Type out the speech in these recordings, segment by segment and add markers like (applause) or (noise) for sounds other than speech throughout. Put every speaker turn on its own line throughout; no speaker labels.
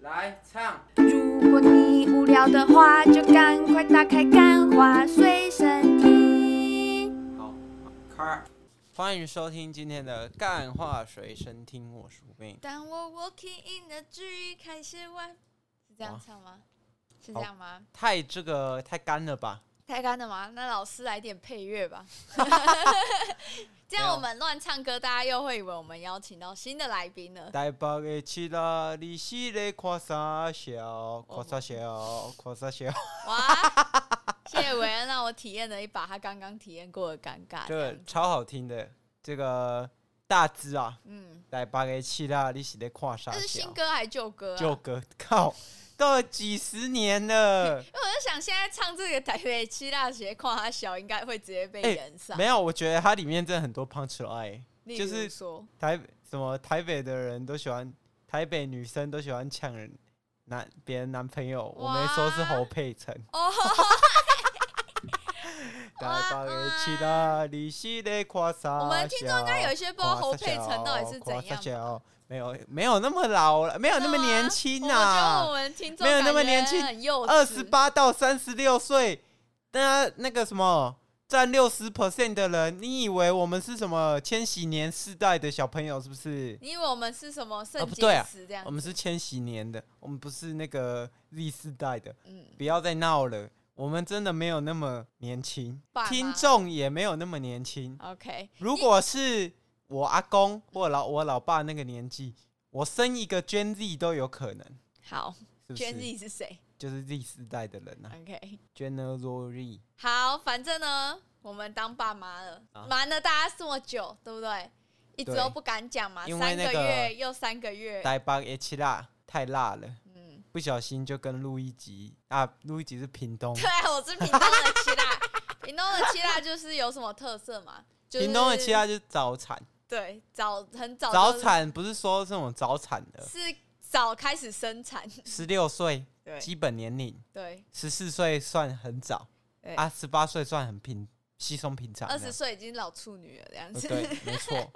来唱。
如果你无聊的话，就赶快打开《干花随身听》。
好，开。欢迎收听今天的《干话随身听》，我是吴斌。
当我 walking in the tree，开始玩，是这样唱吗？是这样吗？
太这个太干了吧？
太干了吗？那老师来点配
(laughs)
乐吧。这
没
样
有
我们乱唱歌，大家又会以为我们邀请到新的来宾
(laughs)
了。
台北的七啦，你是咧看啥笑？看啥笑？看啥笑？
哇！谢谢韦恩让我体验了一把他刚刚体验过的尴尬。
这
这
个
样
超好听的，这个大致啊，
嗯，
台北的七啦，你是咧看啥
这是
笑
呃新？歌还是旧歌、啊？
旧歌，靠，都有几十年
(laughs)
了。
因为我在想，现在唱这个台北七大学跨他小，应该会直接被
哎
延上。
没有，我觉得它里面真的很多 punch line，
例
就
如
是
说，
台什么台北的人都喜欢，台北女生都喜欢抢人男别人男朋友。我没说是侯佩岑。 (laughs)
哦， (laughs)
台北的七啦，你是咧夸啥？
嗯我们听众应该有一些不知道侯佩岑到底是怎
看啥
样。
啊小啊没有没有那么老了，没有那么年轻
我觉啊得我
呐、
们听众
没有那么
感觉
年轻
很幼稚。
二十八到三十六岁，那那个什么。占六十 percent 的人，你以为我们是什么千禧年世代的小朋友是不是？
你以为我们是什么
啊
圣
不对
洁
啊
石这样？
我们是千禧年的，我们不是那个 Z 世代的，
嗯，
不要再闹了。我们真的没有那么年轻
爸，妈
听众也没有那么年轻。
OK，
如果是我阿公或老我老爸那个年纪，我生一个 Gen Z 都有可能，
好
是不是
，Gen Z 是谁
就是 Z 世代的人啊
？OK，
，Generation
好，反正呢，我们当爸妈了，
啊
瞒了大家这么久，对不对？一直
对
都不敢讲嘛，
因
三
为那
个
个
月又三个月，
台北 H 辣太辣了，
嗯。
不小心就跟路易吉啊，路易吉是屏东，
对，啊我是屏东的
(laughs)
七辣，屏东的七辣就是有什么特色嘛？ (laughs) 就是、
屏东的其他就是早产，
对早很早
早
就
产不是说这种早产的，
是早开始生产，
十六岁
对
基本年龄，
对，
十四岁算很早
对
啊，十八岁算很平稀松平常。
二十岁已经老处女了这样
呃
子。
对，没错，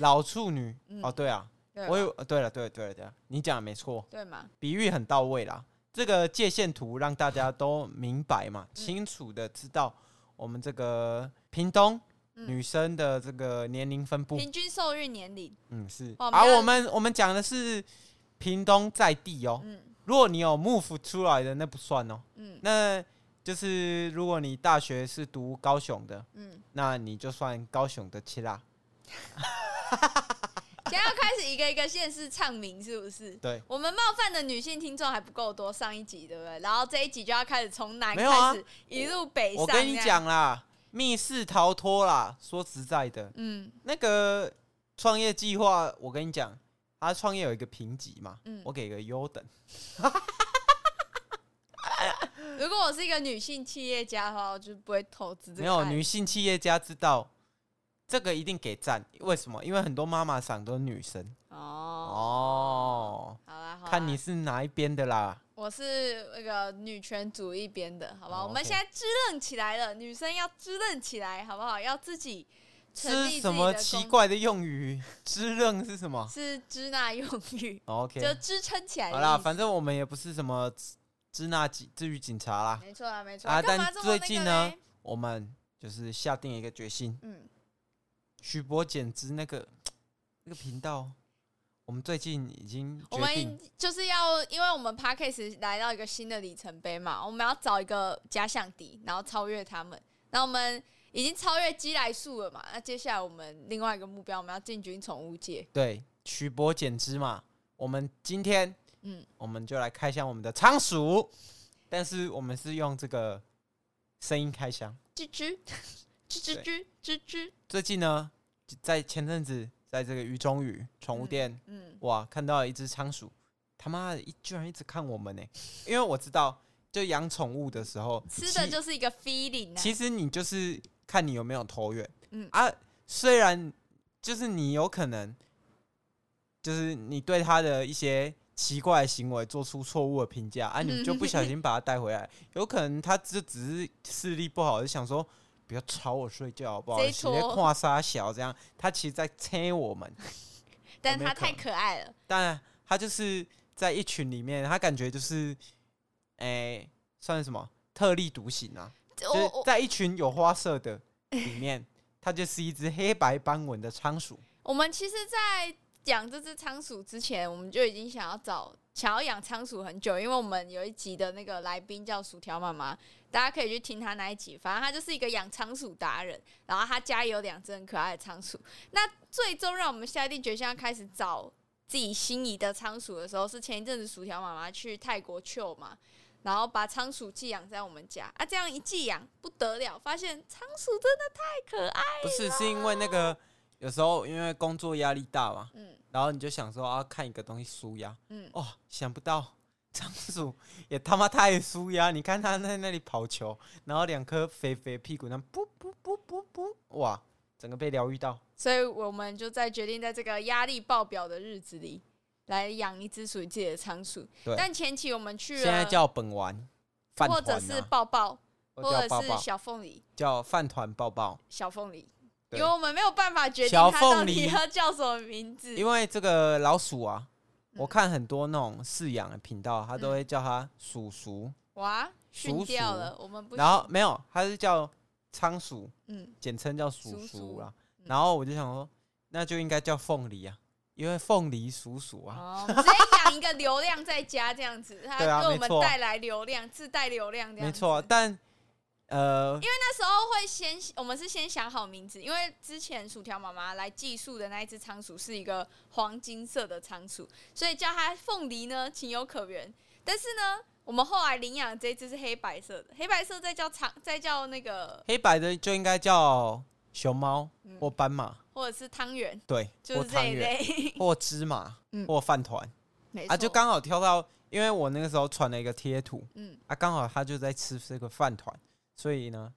老处女
嗯
哦，对啊，
对
我
吧
有呃对了，对了，对了，对了，你讲的没错，
(laughs) 对嘛？
比喻很到位啦。这个界限图让大家都明白嘛，
嗯
清楚的知道我们这个屏东
嗯
女生的这个年龄分布。
平均受孕年龄，
嗯，是。
哇我
而、
们要
我们我们讲的是屏东在地哦，
嗯
如果你有 move 出来的，那不算哦。
嗯
那就是如果你大学是读高雄的，
嗯，
那你就算高雄的七啦。
现在要开始一个一个县市唱名，是不是？
对，
我们冒犯的女性听众还不够多，上一集对不对？然后这一集就要开始从南
没有啊
开始，一路北上。
我跟你，讲啦，密室逃脱啦，说实在的，
嗯
那个创业计划，我跟你讲，他创业有一个评级嘛，
嗯
我，给个优等，
如果我是一个女性企业家的话，我就不会投资
没
这个
有
案
女性企业家知道。这个一定给赞，为什么？因为很多妈妈嗓都是女生
哦。
哦，
好啦，好啦啊
看你是哪一边的啦。
我是那个女权主义边的，好不好？
哦
我们
OK
现在支棱起来了，女生要支棱起来，好不好？要自己成立
是
自己
什么
的
奇
公
怪的用语？支棱是什么
是支那用语，
？OK，
就支撑起来的
好
意思。
啦，反正我们也不是什么支支那警至于警察啦，
没错啊，没错
啊但
干嘛这么那
最
个
近
呢
呢？我们就是下定一个决心，
嗯，
徐博减脂那个那个频道，我们最近已经
我
决定
们就是要，因为我们 p a c k a g e 来到一个新的里程碑嘛，我们要找一个假想敌，然后超越他们。那我们已经超越基来数了嘛？那接下来我们另外一个目标，我们要进军宠物界。
对徐博减脂嘛，我们今天
嗯，
我们就来开箱我们的仓鼠，但是我们是用这个声音开箱。
吱吱吱吱吱吱吱，
最近呢，在前阵子在这个鱼中鱼宠物
嗯
店，
嗯，
哇，看到一只仓鼠，他妈的一居然一直看我们呢、因为我知道，就养宠物的时候，
吃的
其
就是一个 feeling 啊。
其实你就是看你有没有投缘，
嗯
啊，虽然就是你有可能，就是你对他的一些奇怪的行为做出错误的评价，啊，你就不小心把他带回来， (laughs) 有可能他就只是视力不好，就想说。不要吵我睡觉好不好？
这
你
一坨
在跨沙小这样，他其实在催我们。
但
有没
它
有可
太
能
可爱了，
当然，他就是在一群里面，他感觉就是，哎、算是什么特立独行啊？
这
就是
我我
在一群有花色的里 (laughs) 面，它就是一只黑白斑纹的仓鼠。
我们其实，在养这只仓鼠之前，我们就已经想要找想要养仓鼠很久，因为我们有一集的那个来宾叫薯条妈妈，大家可以去听她那一集。反正她就是一个养仓鼠达人，然后她家有两只很可爱的仓鼠。那最终让我们下定决心要开始找自己心仪的仓鼠的时候，是前一阵子薯条妈妈去泰国秀嘛。然后把仓鼠寄养在我们家啊，这样一寄养不得了，发现仓鼠真的太可爱。
不是，是因为那个有时候因为工作压力大嘛，
嗯
然后你就想说啊，看一个东西舒压。
嗯，
哦，想不到仓鼠 (laughs) 也他妈太舒压！你看它在那里跑球，然后两颗肥肥屁股，那噗噗噗噗噗，哇，整个被疗愈到。
所以我们就在决定在这个压力爆表的日子里，来养一只属于自己的仓鼠
对。
但前期我们去了，
现在叫本丸，饭
或
团、
者
啊、
是抱抱，
或
或
者叫
者
抱
是
抱，
小凤梨，
叫饭团抱抱。
小凤梨，因
对
为我们没有办法决定
小
它到
凤梨
底要叫什么名字。
因为这个老鼠啊，
嗯
我看很多那种饲养的频道，他都会叫它鼠鼠，
哇，训
鼠
掉
鼠
了，我们不
然后
行
没有，它是叫仓鼠， (laughs)
嗯，
简称叫鼠
鼠鼠
鼠啦。
嗯
然后我就想说，那就应该叫凤梨啊，因为凤梨鼠鼠啊，
哦，我们直接养一个流量在家这样子，它
对啊
给我
没
们
错啊
带来流量，自带流量这样
没
子
错啊。但呃，
那时候会先，我们是先想好名字，因为之前薯条妈妈来寄宿的那一只仓鼠是一个黄金色的仓鼠，所以叫它凤梨呢情有可原。但是呢，我们后来领养的这一只是黑白色的，黑白色再叫仓，再叫那个
黑白的就应该叫熊猫
嗯
或斑马，
或者是汤圆，
对，
就
或
是这
哦汤
一
圆
类， (laughs)
或芝麻
嗯
或饭团
没错。
啊，就刚好挑到，因为我那个时候传了一个贴图，
嗯，
啊，刚好他就在吃这个饭团，所以呢，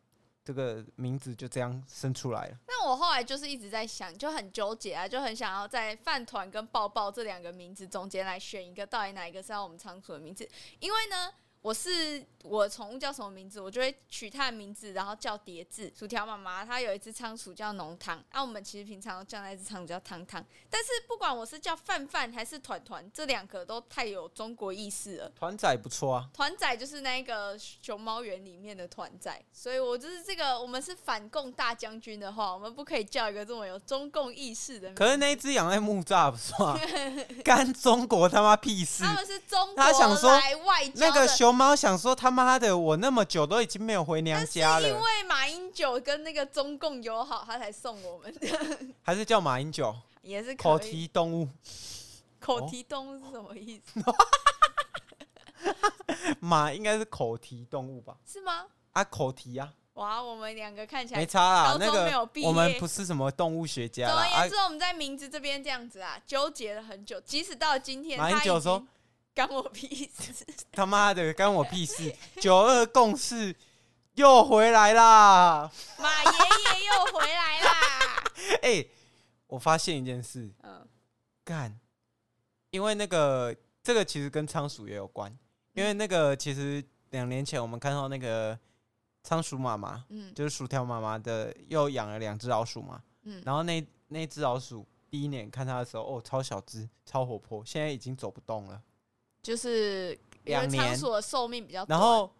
这个名字就这样生出来了。
那我后来就是一直在想，就很纠结啊，就很想要在饭团跟抱抱这两个名字中间来选一个，到底哪一个是要我们仓鼠的名字？因为呢，我是我宠物叫什么名字，我就会取它的名字，然后叫叠字。薯条妈妈它有一只仓鼠叫浓汤，啊，我们其实平常都叫那只仓鼠叫汤汤。但是不管我是叫范范还是团团，这两个都太有中国意识了。
团仔不错啊，
团仔就是那个熊猫园里面的团仔，所以我就是这个，我们是反共大将军的话，我们不可以叫一个这么有中共意识的名字。
可是那一只养在木栅不算、
(laughs)
啊，干中国他妈屁事！
他们是中国
他想说
来外交
那
的，
个熊猫想说他妈的，我那么久都已经没有回娘家
因
了，
为马英九跟那个中共友好，他才送我们 (laughs) 的，
还是叫马英九
也是可以
口蹄动物 (laughs)
口蹄动物是什么意思？
马应该是口蹄动物吧？
是吗？
啊，口蹄啊，
哇，我们两个看起
没
来。
差啦
高，中
那
没有
个
毕业
我们不是什么动物学家
总
啦
而
啊
言之，，我们在名字这边这样子啊，纠结了很久。即使到今天，
马英
他已
九
经
说
干我屁事。
他妈的干我屁事！九二共识又回来啦！
马爷爷又回来啦！
哎、我发现一件事，
嗯，
干，因为那个这个其实跟仓鼠也有关，因为那个其实两年前我们看到那个仓鼠妈妈，
嗯
就是薯条妈妈的，又养了两只老鼠嘛，
嗯
然后那那只老鼠第一年看它的时候，哦，超小只，超活泼，现在已经走不动了，
就是因为
两
仓
年
鼠的寿命比较短，
然后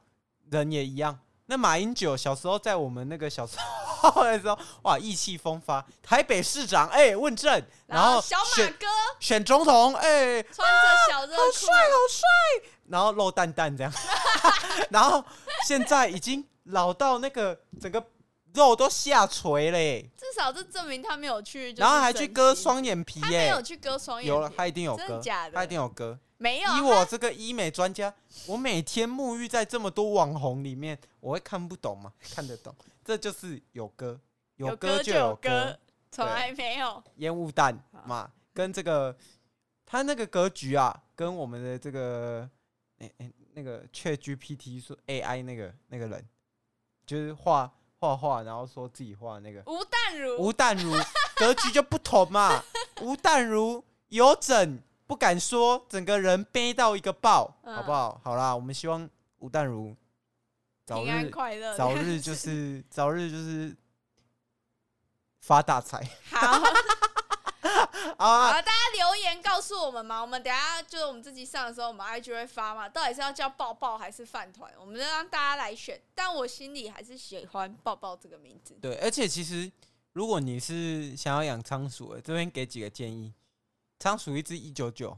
人也一样。那马英九小时候在我们那个小时候的时候，哇，意气风发，台北市长，哎、问政，
然
后
小马
选
哥
选总统，哎、
穿着小热
好
裤
帅，好帅，然后露蛋蛋这样， (laughs) 然后现在已经老到那个整个肉都下垂嘞、
至少这证明他没有去，就是
然后还去割
整形，
双眼皮
他
耶、
没有去割双眼皮，
有了，他一定有
真的
割，
假的
他一定有割。
没有啊
以我这个医美专家，我每天沐浴在这么多网红里面，我会看不懂吗？看得懂，这就是有割，
他有
割
就
有
割
割，，
(laughs) 从来没有，
烟雾弹
好
嘛，跟这个他那个格局啊，跟我们的这个诶诶、那个 Chat GPT 说 AI 那个那个人，就是画画画，然后说自己画那个
吴淡如
吴淡如格局就不同
(laughs)
嘛。吴淡如有整不敢说，整个人憋到一个爆，
嗯
好不好？好啦，我们希望吴淡如早
平安
日
快乐，
早日就是早日就是发大财
(laughs)
(laughs)
好。
好啊！
好，大家留言告诉我们嘛，我们等一下就是我们自己上的时候，我们 IG 会发嘛，到底是要叫抱抱还是饭团，我们就让大家来选。但我心里还是喜欢抱抱这个名字。
对，而且其实如果你是想要养仓鼠的，这边给几个建议：仓鼠一只一九九，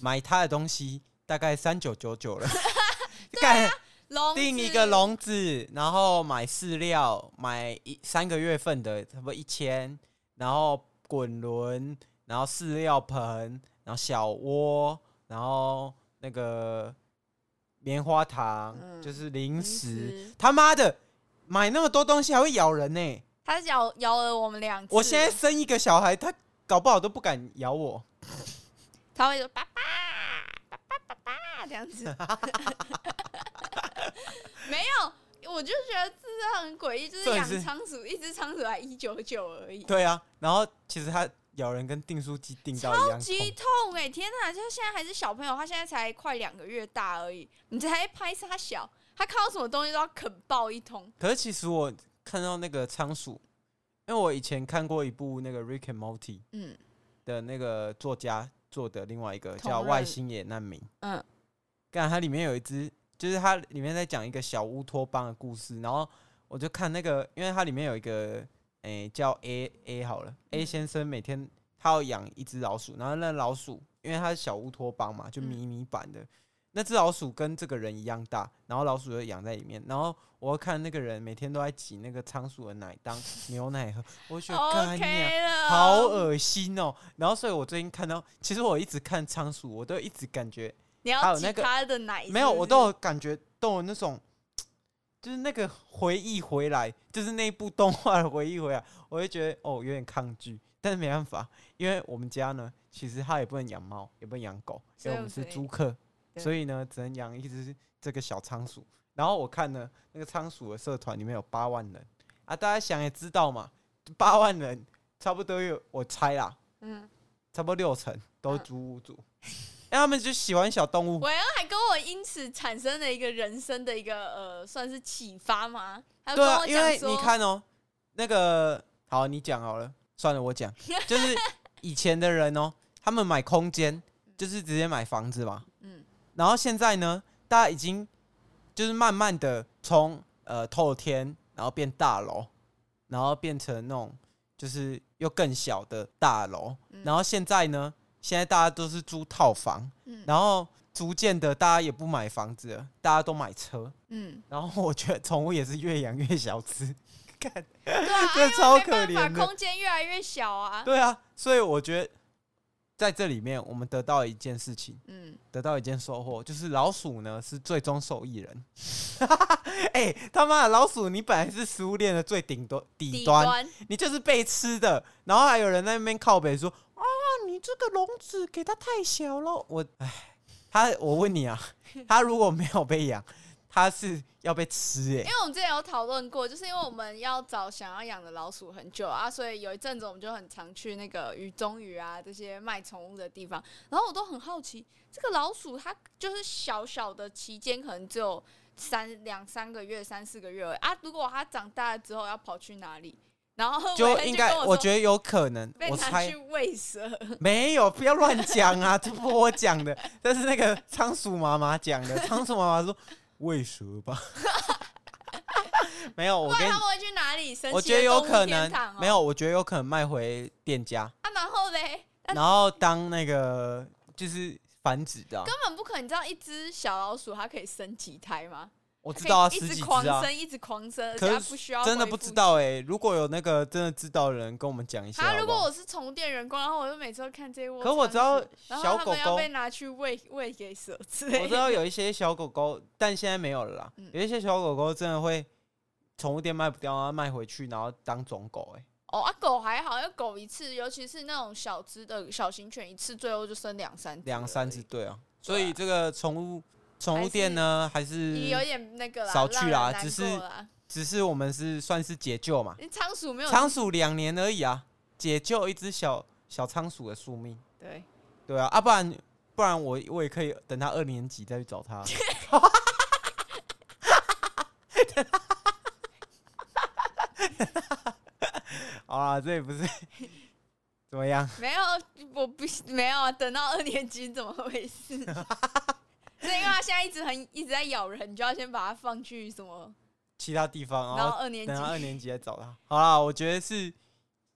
买它的东西大概三九九九
(laughs)
了。 (laughs)
啊
干
笼子
定一个，笼子，然后买饲料，买一三个月份的，差不多一千，然后滚轮，然后饲料盆，然后小窝，然后那个棉花糖，
嗯
就是零
零
食。
食
他妈的，买那么多东西还会咬人呢、
它咬咬了我们两次。
我现在生一个小孩，他搞不好都不敢咬我。
他会说爸爸爸爸爸爸这样子， (laughs) 没有，我就觉得这是很诡异，就是
重点
养
是
仓鼠，一只仓鼠还一九九而已。
对啊，然后其实他咬人跟订书机订到一样痛。
极痛哎、天哪！就是现在还是小朋友，他现在才快两个月大而已，你才拍他小，他看到什么东西都要啃爆一通。
可是其实我看到那个仓鼠，因为我以前看过一部那个《Rick and Morty》
嗯
的那个作家做的另外一个
同
叫《
人
外星野难民》。
嗯，
干，它里面有一只，就是它里面在讲一个小乌托邦的故事，然后我就看那个，因为它里面有一个，诶、叫 A A 好
嗯
了、a 先生每天他要养一只老鼠，然后那老鼠因为它是小乌托邦嘛，就
嗯
迷你版的，那只老鼠跟这个人一样大，然后老鼠就养在里面，然后我又看那个人每天都在挤那个仓鼠的奶
(laughs)
当牛奶喝，我就觉得干你娘
OK 了，
好恶心哦！然后，所以我最近看到，其实我一直看仓鼠，我都一直感觉
你
还
要
有
挤
那个
他的奶是不是
没有，我都有感觉都有那种，就是那个回忆回来，就是那部动画的回忆回来，我会觉得哦有点抗拒，但是没办法，因为我们家呢，其实它也不能养猫，也不能养狗，因
所以
为我们
我
是
觉得
租客，
对
所以呢只能养一只这个小仓鼠。然后我看呢，那个仓鼠的社团里面有八万人啊，大家想也知道嘛，八万人差不多有我猜啦，
嗯，
差不多六成都是
嗯
租屋主，因为他们就喜欢小动物。
我要还跟我因此产生了一个人生的一个呃，算是启发吗？他就
对
跟
啊，
我
因
讲
为
说，
你看哦，那个好，你讲好了，算了，我
(laughs)
讲，就是以前的人哦，他们买空间就是直接买房子嘛，
嗯
然后现在呢，大家已经就是慢慢的从呃透天，然后变大楼，然后变成那种就是又更小的大楼，
嗯
然后现在呢，现在大家都是租套房，
嗯
然后逐渐的大家也不买房子了，大家都买车， (laughs)
嗯，
然后我觉得宠物也是越养越小 (laughs) 只，看，
对啊，
这
因为
超
没
可
办法
怜的
空间越来越小啊，
对啊，所以我觉得在这里面我们得到一件事情，
嗯，
得到一件收获，就是老鼠呢是最终受益人。 (laughs) 哎、他妈的老鼠，你本来是食物链的最顶端底
底
端，
端
你就是被吃的，然后还有人在那边靠北说啊，你这个笼子给它太小了。我哎，他我问你啊，他如果没有被养，他是要被吃哎、
因为我们之前有讨论过，就是因为我们要找想要养的老鼠很久啊，所以有一阵子我们就很常去那个鱼中鱼啊这些卖宠物的地方，然后我都很好奇，这个老鼠它就是小小的期间可能只有三两三个月、三四个月而已啊，如果它长大了之后要跑去哪里？然后
就应该，我
得
觉得有可能，
被
我
拿
猜
去喂蛇，
没有，不要乱讲啊， (laughs) 这不是我讲的，这是那个仓鼠妈妈讲
(laughs)
的。仓鼠妈妈说：“喂蛇吧。” (laughs) 没有，我
不
跟
然
你
它，们会去哪里？神
我
奇
觉
的
得有
动物
可
天堂
能
哦
没有，我觉得有可能卖回店家，
啊，然后嘞，
然后当那个就是繁殖的啊、
根本不可能，你知道一只小老鼠它可以生几胎吗？
我
它
知
可以
道啊，
一
十
直
几
狂
只啊，
生，一直狂生，而
可
且
是
它不需要
真的
恢
不
复
知。道哎、如果有那个真的知道的人跟我们讲一下好不
啊！
好。
如果我是宠物店员工，然后我就每次都看这一窝仓鼠，
可我知道
然后
小
它
狗
们要
狗
被拿去喂喂给蛇之类的。 (laughs)
我知 (laughs) 道有一些小狗狗，但现在没有了啦。
嗯
有一些小狗狗真的会宠物店卖不掉，然后卖回去，然后当种狗、欸。
哦啊，狗还好，要狗一次，尤其是那种小只的小型犬，一次最后就生两三只而已
两三只。对啊，所以这个宠物宠物店呢，还
你有
是
点那个啦，
少去
让人
啦
难
只是
过啦
只是我们是算是解救嘛？
你仓鼠没有
仓鼠两年而已啊，解救一只小小仓鼠的宿命。
对，
对啊，啊不然不然我我也可以等他二年级再去找
(laughs)
他。 (laughs) 好啦，这也
(laughs)
不是怎么样，
没有，我不没有啊，等到二年级怎么
(laughs)
回事？所以因为它现在一直很一直在咬人，你就要先把它放去什么，
其他地方，
然
然
后
后
二年级
哦等他二年级再找他。好啦，我觉得是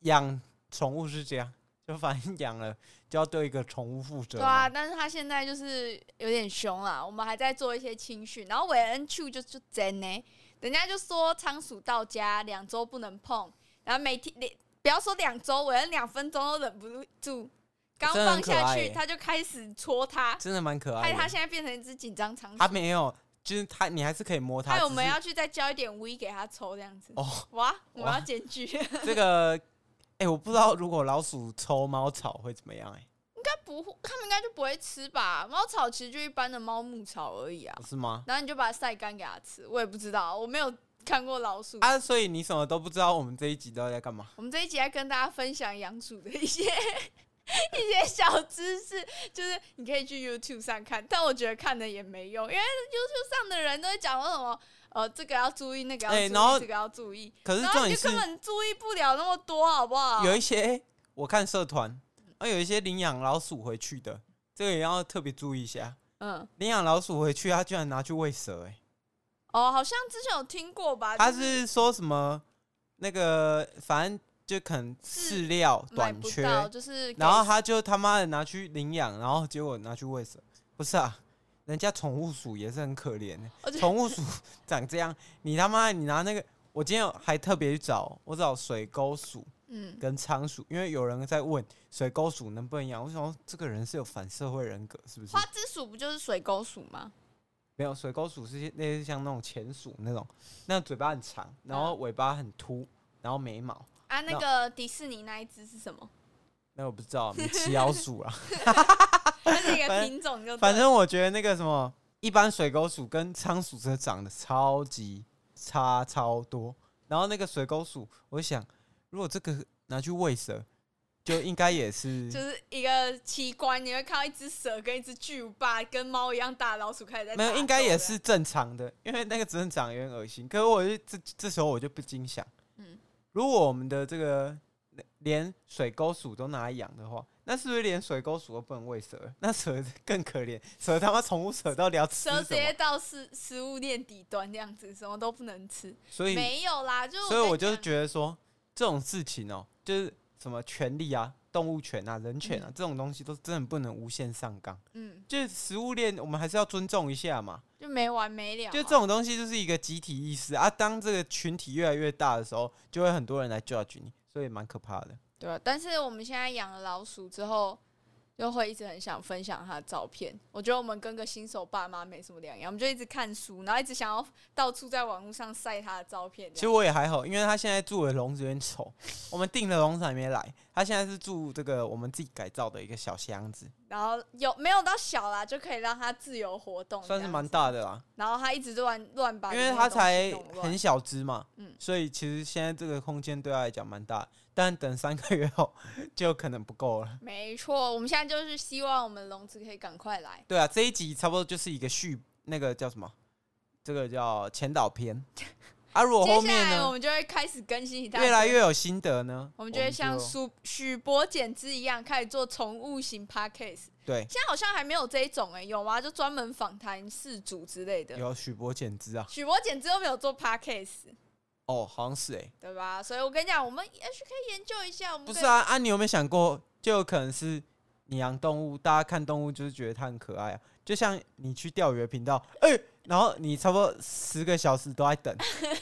养宠物是这样，就反正养了就要对一个宠物负责
对
嘛。
啊，但是它现在就是有点凶啦，我们还在做一些清训，然后韦恩去就就真呢，人家就说仓鼠到家两周不能碰，然后每天连不要说两周，韦恩两分钟都忍不住，刚
真的
放
很可
下
爱
去
耶
他就开始戳它，
真的蛮可爱
害
的。
它现在变成一只紧张仓
他
鼠。
没有，就是他，你还是可以摸他。
还有我
只
们
是
要去再交一点 V 给它抽这样子。
哦，
哇，我们
哇
要检举， (laughs)
(laughs) 这个，哎、我不知道如果老鼠抽猫草会怎么样、哎，
它不会，它们应该就不会吃吧？猫草其实就一般的猫牧草而已啊，
不是吗？
然后你就把它晒干给它吃。我也不知道，我没有看过老鼠。
啊，所以你什么都不知道，我们这一集到底在干嘛？
我们这一集来跟大家分享养鼠的一些 (laughs) 一些小知识，就是你可以去 YouTube 上看，但我觉得看的也没用，因为 YouTube 上的人都会讲说什么。呃，这个要注意，那个要注意，
哎然后
这个要注意，
可是
然
重
啊后你
点
就是根本哦注意不了那么多，好不好？
有一些我看社团，啊，有一些领养老鼠回去的，这个也要特别注意一下。
嗯，
领养老鼠回去，他居然拿去喂蛇、哎，
哦，好像之前有听过吧？
他
啊就是
是说什么那个，反正就可能饲料
买
短
不
缺，
到，就是给
然后他就他妈的拿去领养，然后结果拿去喂蛇，不是啊？人家宠物鼠也是很可怜
我
的，
觉 (laughs) 得
宠物鼠长这样，你他妈的你拿那个，我今天有还特别去找，我找水沟鼠
嗯，
跟仓鼠，因为有人在问水沟鼠能不能养，我想说这个人是有反社会人格是不是
花？枝鼠不就是水沟鼠吗？
没有，水沟鼠是类似像那种钱鼠那种，那嘴巴很长，然后尾巴很凸，然后没毛，
啊，那个迪士尼那一只是什么？
那我不知道，米奇老鼠啊。
它是一个
反
品种就对了，
反正我觉得那个什么，一般水沟鼠跟仓鼠真的长得超级差超多。然后那个水沟鼠，我想如果这个拿去喂蛇，就应该也是
就是一个奇观，你会看到一只蛇跟一只巨无霸跟猫一样大的老鼠开始在
没有，
打
应该
斗
也
这
是
样
正常的，因为那个真的长得有点恶心。可是我就这这时候我就不禁想，
嗯
如果我们的这个连水沟鼠都拿来养的话，那是不是连水沟鼠都不能喂蛇？那蛇更可怜，蛇他妈宠物蛇到底要吃
蛇直
什么
接？到食食物链底端这样子，什么都不能吃。
所以
没有啦，就
所以我
跟
就
你讲
觉得说，这种事情哦、就是什么权利啊、动物权啊、人权啊、这种东西，都真的不能无限上纲。
嗯，
就是食物链，我们还是要尊重一下嘛。
就没完没了嘛。
就这种东西，就是一个集体意识啊。当这个群体越来越大的时候，就会很多人来 judge 你，所以蛮可怕的。
对啊，但是我们现在养了老鼠之后，就会一直很想分享它的照片。我觉得我们跟个新手爸妈没什么两样，我们就一直看书，然后一直想要到处在网络上晒它的照片
其
这
实
样。
我也还好，因为他现在住的笼子有点丑，我们订的笼子还没来。他现在是住这个我们自己改造的一个小箱子，
然后有没有到小啦，就可以让它自由活动，
算是蛮。大的啦。
然后它一直乱乱把
因
里面
为
的
它
东西
才
弄乱，
很小只嘛，
嗯
所以其实现在这个空间对它来讲蛮大，但等三个月后就可能不够了。
没错。我们现在就是希望我们笼子可以赶快来，
对啊，这一集差不多就是一个续，那个叫什么？这个叫前导篇。啊，如果
接
后
下
面
来我
呢
们就会开始更新一大堆
越来越有心得呢，
我们就会像
就
许许博简之一样，开始做宠物型 podcast。
对
现在好像还没有这一种哎、有吗？就专门访谈事主之类的。
有许博简之啊，
许博简之又没有做 podcast，
哦，好像是哎、
对吧？所以我跟你讲，我们也许可以研究一下。我们
不
可以
是，啊，啊，你有没有想过，就有可能是你养动物，大家看动物就是觉得它很可爱啊，就像你去钓鱼的频道，哎、然后你差不多十个小时都在等，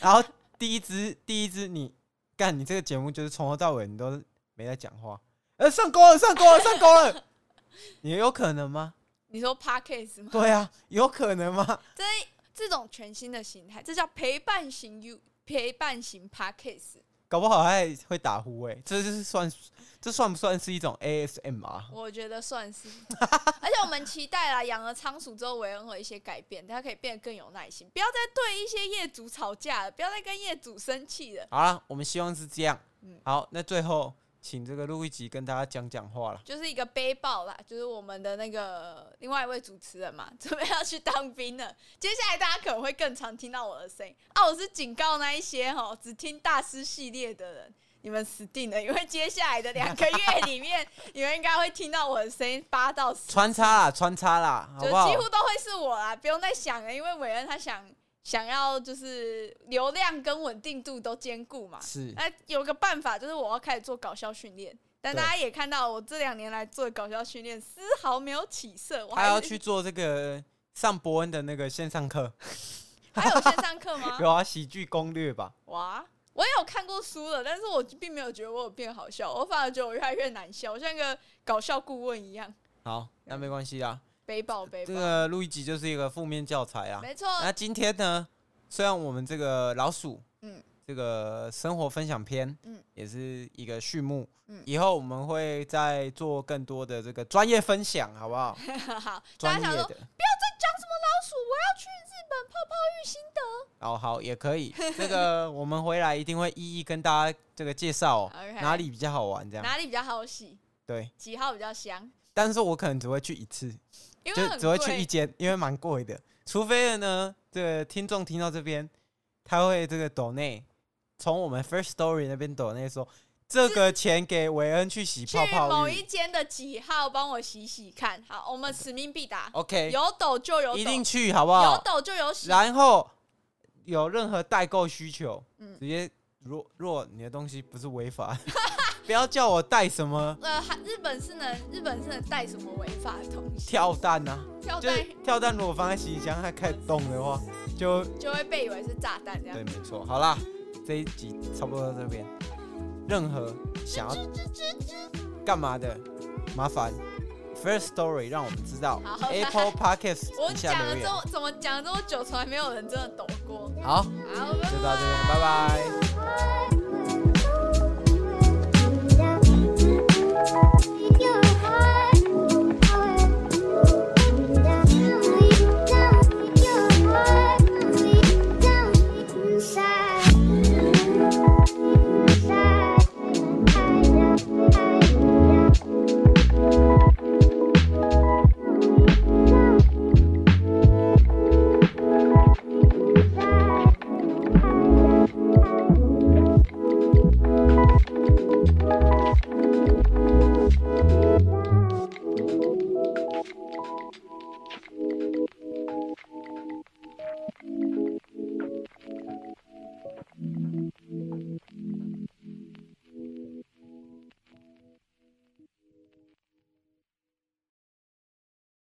然后第一只第一只你干，你这个节目就是从头到尾你都没在讲话，呃，上钩了，上钩了，上钩了， (laughs) 你有可能吗？
你说 podcast 吗？
对啊，有可能吗？
这这种全新的形态，这叫陪伴型 U 陪伴型 podcast。
搞不好还会打呼哎、这就是算这算不算是一种 ASM 啊？
我觉得算是，而且我们期待啦，养了仓鼠之后，韦恩会有一些改变，它可以变得更有耐心，不要再对一些业主吵架了，不要再跟业主生气了。
好了，我们希望是这样。
嗯
好，那最后请这个录一集跟大家讲讲话了。
就是一个背包啦，就是我们的那个另外一位主持人嘛， (laughs) 准备要去当兵了。接下来大家可能会更常听到我的声音啊，我是警告那一些哈只听大师系列的人，你们死定了，因为接下来的两个月里面，你们应该会听到我的声音八到十，
(laughs) 穿插啦，穿插啦，好
就
不好
几？乎都会是我啦，不用再想了，因为韦恩他想想要就是流量跟稳定度都兼顾嘛，
是，
那哎有个办法就是我要开始做搞笑训练，但
对
大家也看到我这两年来做的搞笑训练丝毫没有起色，我
他
还
要
是
去做这个上伯恩的那个线上
(laughs)
课，
还有线上课
(laughs)
吗？
有啊，喜剧攻略吧。
哇，我也有看过书了，但是我并没有觉得我有变好笑，我反而觉得我越来越难笑，我像一个搞笑顾问一样，
好，那没关系啦，
背包背
这
包，
个录一集就是一个负面教材啊。
没错，
那今天呢，虽然我们这个老鼠，嗯
嗯，
这个生活分享篇，嗯
嗯，
也是一个序幕，嗯
嗯，
以后我们会再做更多的这个专业分享，好不好？
(laughs) 好， (laughs)
专
大家
业
想说
的，
讲什么老鼠，我要去日本泡泡浴心得，
哦，好，也可
(laughs)
以。这个我们回来一定会一一跟大家这个介绍哦
OK
哪里比较好玩，这样
哪里比较好洗，
对。
几号比较香，
但是我可能只会去一次，
因为
就
很
只会去一
贵，
间，因为蛮贵的。除非呢，这个听众听到这边，他会这个抖内，从我们 First Story 那边抖内说，这个钱给韦恩去洗
去
泡泡
某一
浴。
间的几号帮我洗洗看，好，我们使命必达。
OK，
有抖就有抖，
一定啊去好不
有
好？
抖就有洗。
然后有任何代购需求，
嗯
直接若若你的东西不是违法， (laughs) 不要叫我带什么
呃，韩日本是能日本是能带什么违法的东西？
跳蛋啊，
跳
就是
蛋
跳蛋如果放在洗衣箱它开始动的话，就
就会被以为是炸弹这样
对，。没错。好啦，这一集差不多到这边。任何想要干嘛的，麻烦 First Story 让我们知道
好那
，Apple Podcast
我
底下
讲了
留
这
言。
么怎么讲了这么久，从来没有人真的抖过。
好，
好，拜拜
就到这边，拜拜。
Thank you.